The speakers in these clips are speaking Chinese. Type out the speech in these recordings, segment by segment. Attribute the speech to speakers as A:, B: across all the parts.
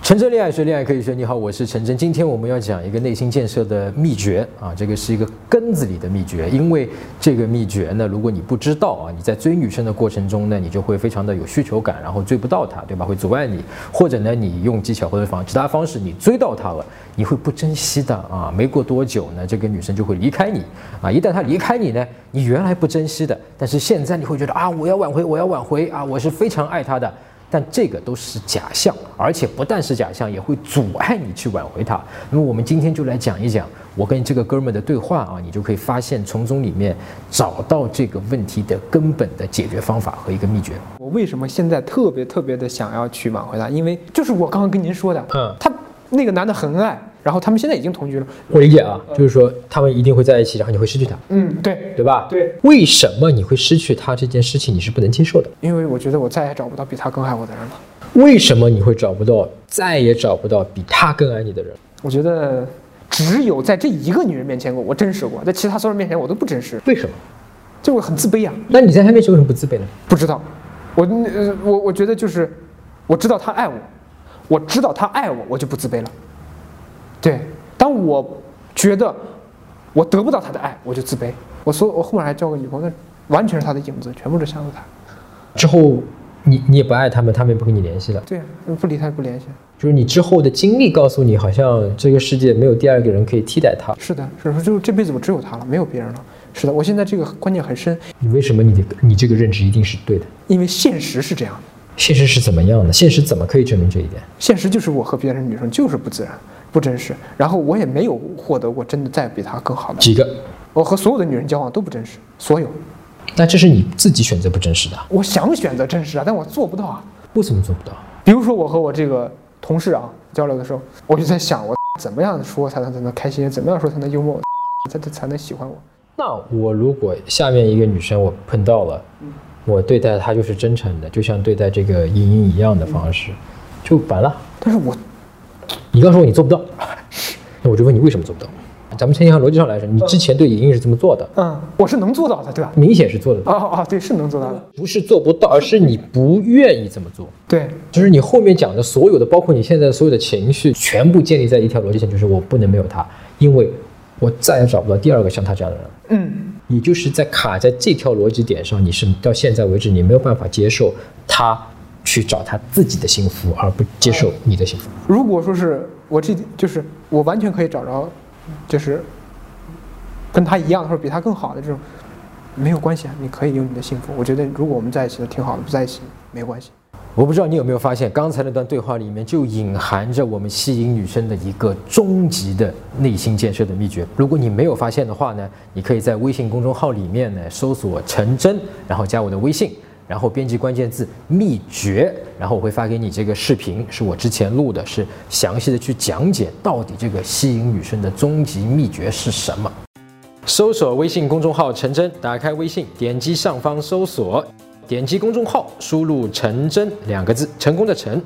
A: 陈真恋爱学，恋爱可以学。你好，我是陈真。今天我们要讲一个内心建设的秘诀啊，这个是一个根子里的秘诀。因为这个秘诀呢，如果你不知道啊，你在追女生的过程中呢，你就会非常的有需求感，然后追不到她，对吧？会阻碍你，或者呢，你用技巧或者方其他方式，你追到她了，你会不珍惜的啊。没过多久呢，这个女生就会离开你啊。一旦她离开你呢，你原来不珍惜的，但是现在你会觉得啊，我要挽回，我要挽回啊，我是非常爱她的。但这个都是假象，而且不但是假象，也会阻碍你去挽回它。那么我们今天就来讲一讲我跟这个哥们儿的对话啊，你就可以发现从中里面找到这个问题的根本的解决方法和一个秘诀。
B: 我为什么现在特别特别的想要去挽回他？因为就是我刚刚跟您说的，
A: 嗯
B: 他那个男的很爱，然后他们现在已经同居了。
A: 我理解啊，就是说他们一定会在一起，然后你会失去他，
B: 嗯，对，
A: 对吧？
B: 对。
A: 为什么你会失去他这件事情你是不能接受的？
B: 因为我觉得我再也找不到比他更爱我的人了。
A: 为什么你会找不到，再也找不到比他更爱你的人？
B: 我觉得只有在这一个女人面前我我真实过，在其他所有人面前我都不真实，
A: 为什么？
B: 就我很自卑呀、啊
A: 那你在他面前为什么不自卑呢？
B: 不知道，我呃我我觉得就是我知道他爱我，我知道他爱我，我就不自卑了。对，当我觉得我得不到他的爱，我就自卑。我说我后面还交个女朋友，那完全是他的影子，全部是想着他。
A: 之后你你也不爱他们，他们也不跟你联系了。
B: 对呀、啊不理他不联系。
A: 就是你之后的经历告诉你，好像这个世界没有第二个人可以替代他。
B: 是的，是的，就是这辈子我只有他了，没有别人了。是的，我现在这个观念很深，
A: 你为什么你的你这个认知一定是对的？
B: 因为现实是这样的。
A: 现实是怎么样的？现实怎么可以证明这一点？
B: 现实就是我和别人女生就是不自然、不真实，然后我也没有获得过真的再比她更好的。
A: 几个？
B: 我和所有的女人交往都不真实，所有。
A: 那这是你自己选择不真实的，啊
B: 我想选择真实啊，但我做不到啊。
A: 为什么做不到？
B: 比如说我和我这个同事啊交流的时候，我就在想我 怎么样说才能才能开心，怎么样说才能幽默，才才才能喜欢我。
A: 那我如果下面一个女生我碰到了，我对待她就是真诚的，就像对待这个莹莹一样的方式，就完了。
B: 但是我
A: 你告诉我你做不到， 那我就问你为什么做不到？咱们先从逻辑上来说，你之前对莹莹是这么做的，
B: 嗯，我是能做到的，对吧？
A: 明显是做得到，
B: 哦哦哦，对，是能做到的，
A: 不是做不到，而是你不愿意这么做。
B: 对
A: 就是你后面讲的所有的，包括你现在所有的情绪，全部建立在一条逻辑线，就是我不能没有他，因为我再也找不到第二个像他这样的人了。
B: 嗯，
A: 你就是在卡在这条逻辑点上，你是到现在为止你没有办法接受他去找他自己的幸福，而不接受你的幸福。
B: 如果说是我这就是我完全可以找着，就是跟他一样或者比他更好的这种，没有关系啊，你可以有你的幸福。我觉得如果我们在一起了挺好的，不在一起没关系。
A: 我不知道你有没有发现，刚才那段对话里面就隐含着我们吸引女生的一个终极的内心建设的秘诀。如果你没有发现的话呢，你可以在微信公众号里面呢搜索“陈真”，然后加我的微信，然后编辑关键字“秘诀”，然后我会发给你这个视频，是我之前录的，是详细的去讲解到底这个吸引女生的终极秘诀是什么。搜索微信公众号“陈真”，打开微信，点击上方搜索，点击公众号，输入“陈真”两个字，成功的陈，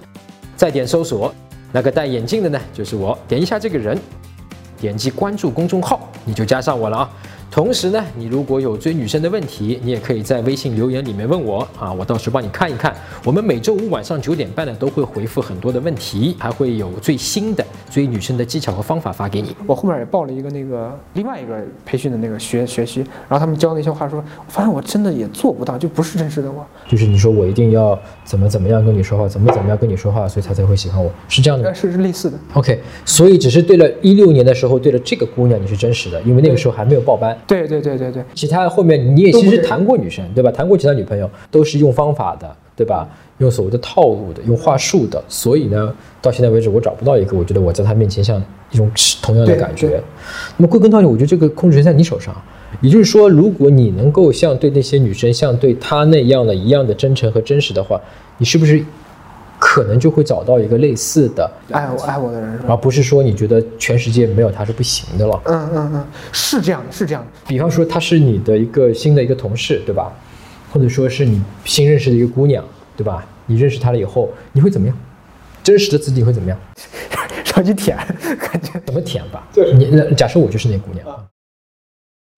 A: 再点搜索，那个戴眼镜的呢就是我，点一下这个人，点击关注公众号，你就加上我了啊。同时呢，你如果有追女生的问题，你也可以在微信留言里面问我啊，我到时帮你看一看。我们每周五晚上九点半呢，都会回复很多的问题，还会有最新的追女生的技巧和方法发给你。
B: 我后面也报了一个那个另外一个培训的那个学学习，然后他们教那些话说，我发现我真的也做不到，就不是真实的我。
A: 就是你说我一定要怎么怎么样跟你说话，怎么怎么样跟你说话，所以他才会喜欢我，是这样的
B: 呃，
A: 吗
B: 是是类似的，
A: ？OK，所以只是对了一六年的时候，对了这个姑娘你是真实的，因为那个时候还没有报班。
B: 对对对对对，
A: 其他后面你也其实谈过女生，对吧？谈过其他女朋友，都是用方法的，对吧？用所谓的套路的，用话术的。所以呢，到现在为止，我找不到一个我觉得我在她面前像一种同样的感
B: 对
A: 觉。那么归根到底，我觉得这个控制权在你手上。也就是说，如果你能够像对那些女生像对她那样的一样的真诚和真实的话，你是不是可能就会找到一个类似的，
B: 爱我爱我的人是吧？
A: 而不是说你觉得全世界没有她是不行的了？
B: 嗯嗯嗯，是这样的，是这样的，
A: 比方说她是你的一个新的一个同事，对吧？或者说是你新认识的一个姑娘，对吧？你认识她了以后，你会怎么样？真实的自己会怎么样？
B: 手机舔，感觉
A: 怎么舔吧？对，你那假设我就是那姑娘，啊，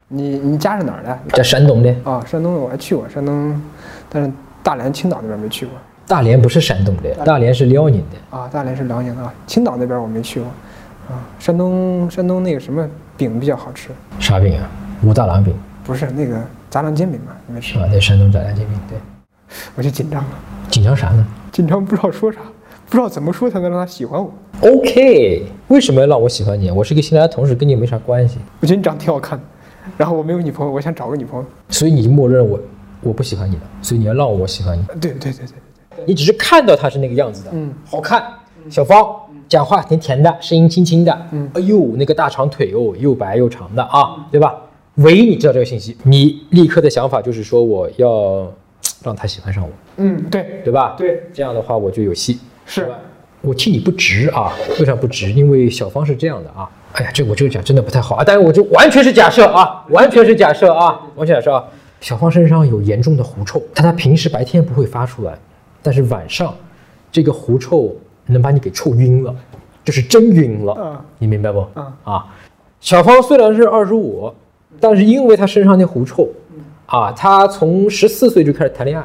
B: 你你家是哪儿的？
A: 在山东的，
B: 啊，山东的我还去过山东，但是大连、青岛那边没去过。
A: 大连不是山东的，大连是辽宁的。
B: 啊，大连是辽宁的，啊，青岛那边我没去过，啊，山东山东那个什么饼比较好吃，
A: 啥饼啊？武大郎饼
B: 不是那个杂粮煎饼嘛，你们吃？
A: 啊，在山东炸酱煎饼。对，
B: 我就紧张了，
A: 紧张啥呢
B: 紧张不知道说啥，不知道怎么说才能让他喜欢我。
A: ？OK，为什么要让我喜欢你？我是个新来的同事，跟你没啥关系，
B: 我觉得你长得挺好看的，然后我没有女朋友，我想找个女朋友。
A: 所以你就默认我我不喜欢你了，所以你要让我喜欢你。
B: 呃对对对对，
A: 你只是看到他是那个样子的，
B: 嗯，
A: 好看，小方，讲话甜甜的，声音轻轻的，
B: 嗯
A: 哎呦，那个大长腿哦，又白又长的啊，对吧？唯一你知道这个信息，你立刻的想法就是说我要嘖让他喜欢上我，
B: 嗯对
A: 对吧？
B: 对，
A: 这样的话我就有戏。
B: 是，
A: 我替你不值啊，为啥不值？因为小芳是这样的啊。哎呀，这我这个讲真的不太好啊，但是我就完全是假设啊，完全是假设啊，完全假设啊。小芳身上有严重的狐臭，但她平时白天不会发出来，但是晚上，这个狐臭能把你给臭晕了，就是真晕了，
B: 嗯
A: 你明白不？
B: 嗯
A: 啊，小芳虽然是二十五，但是因为她身上那狐臭，啊，她从十四岁就开始谈恋爱，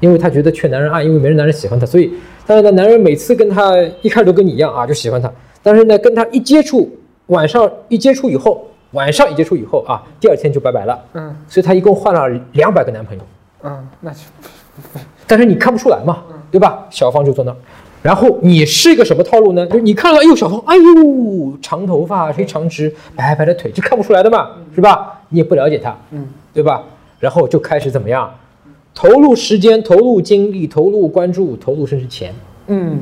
A: 因为她觉得缺男人啊爱，因为没人男人喜欢她，所以但是呢，男人每次跟她一开始都跟你一样啊，就喜欢她，但是呢，跟她一接触，晚上一接触以后，晚上一接触以后啊，第二天就拜拜了，
B: 嗯
A: 所以她一共换了两百个男朋友，
B: 嗯，那就
A: 但是你看不出来嘛，对吧？小芳就坐那儿，然后你是一个什么套路呢？就是你看到，哎呦，小芳，哎呦，长头发，谁长直，白白的腿，这看不出来的嘛，是吧？你也不了解她，
B: 嗯
A: 对吧？然后就开始怎么样，投入时间、投入精力、投入关注、投入甚至钱，
B: 嗯，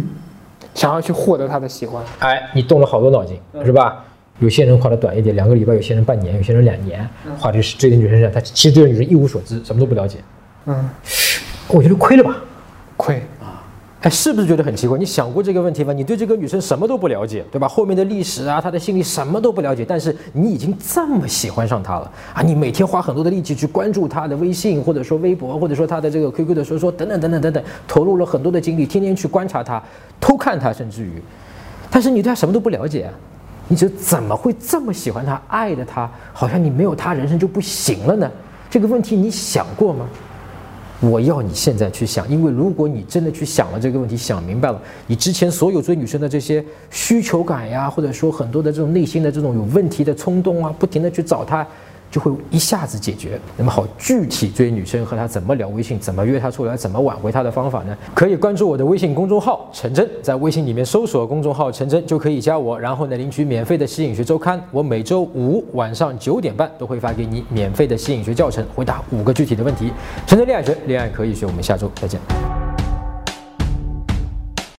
B: 想要去获得他的喜欢，
A: 哎，你动了好多脑筋，是吧？有些人花的短一点，两个礼拜；有些人半年，有些人两年，花这追这女生上，他其实对这女生一无所知，什么都不了解。
B: 嗯，
A: 我觉得亏了吧？
B: 亏，
C: 哎，是不是觉得很奇怪？你想过这个问题吗？你对这个女生什么都不了解，对吧？后面的历史啊，她的心理什么都不了解，但是你已经这么喜欢上她了啊！你每天花很多的力气去关注她的微信，或者说微博，或者说她的这个 QQ 的说说等等等等等等，投入了很多的精力，天天去观察她，偷看她，甚至于，但是你对她什么都不了解、啊，你觉得怎么会这么喜欢她、爱的她？好像你没有她人生就不行了呢？这个问题你想过吗？我要你现在去想，因为如果你真的去想了这个问题，想明白了，你之前所有追女生的这些需求感呀，或者说很多的这种内心的这种有问题的冲动啊，不停的去找她，就会一下子解决。那么好，具体追女生和她怎么聊微信，怎么约她出来，怎么挽回她的方法呢？可以关注我的微信公众号“陈真”，在微信里面搜索公众号“陈真”就可以加我，然后呢领取免费的吸引学周刊。我每周五晚上九点半都会发给你免费的吸引学教程，回答五个具体的问题。陈真恋爱学，恋爱可以学。我们下周再见。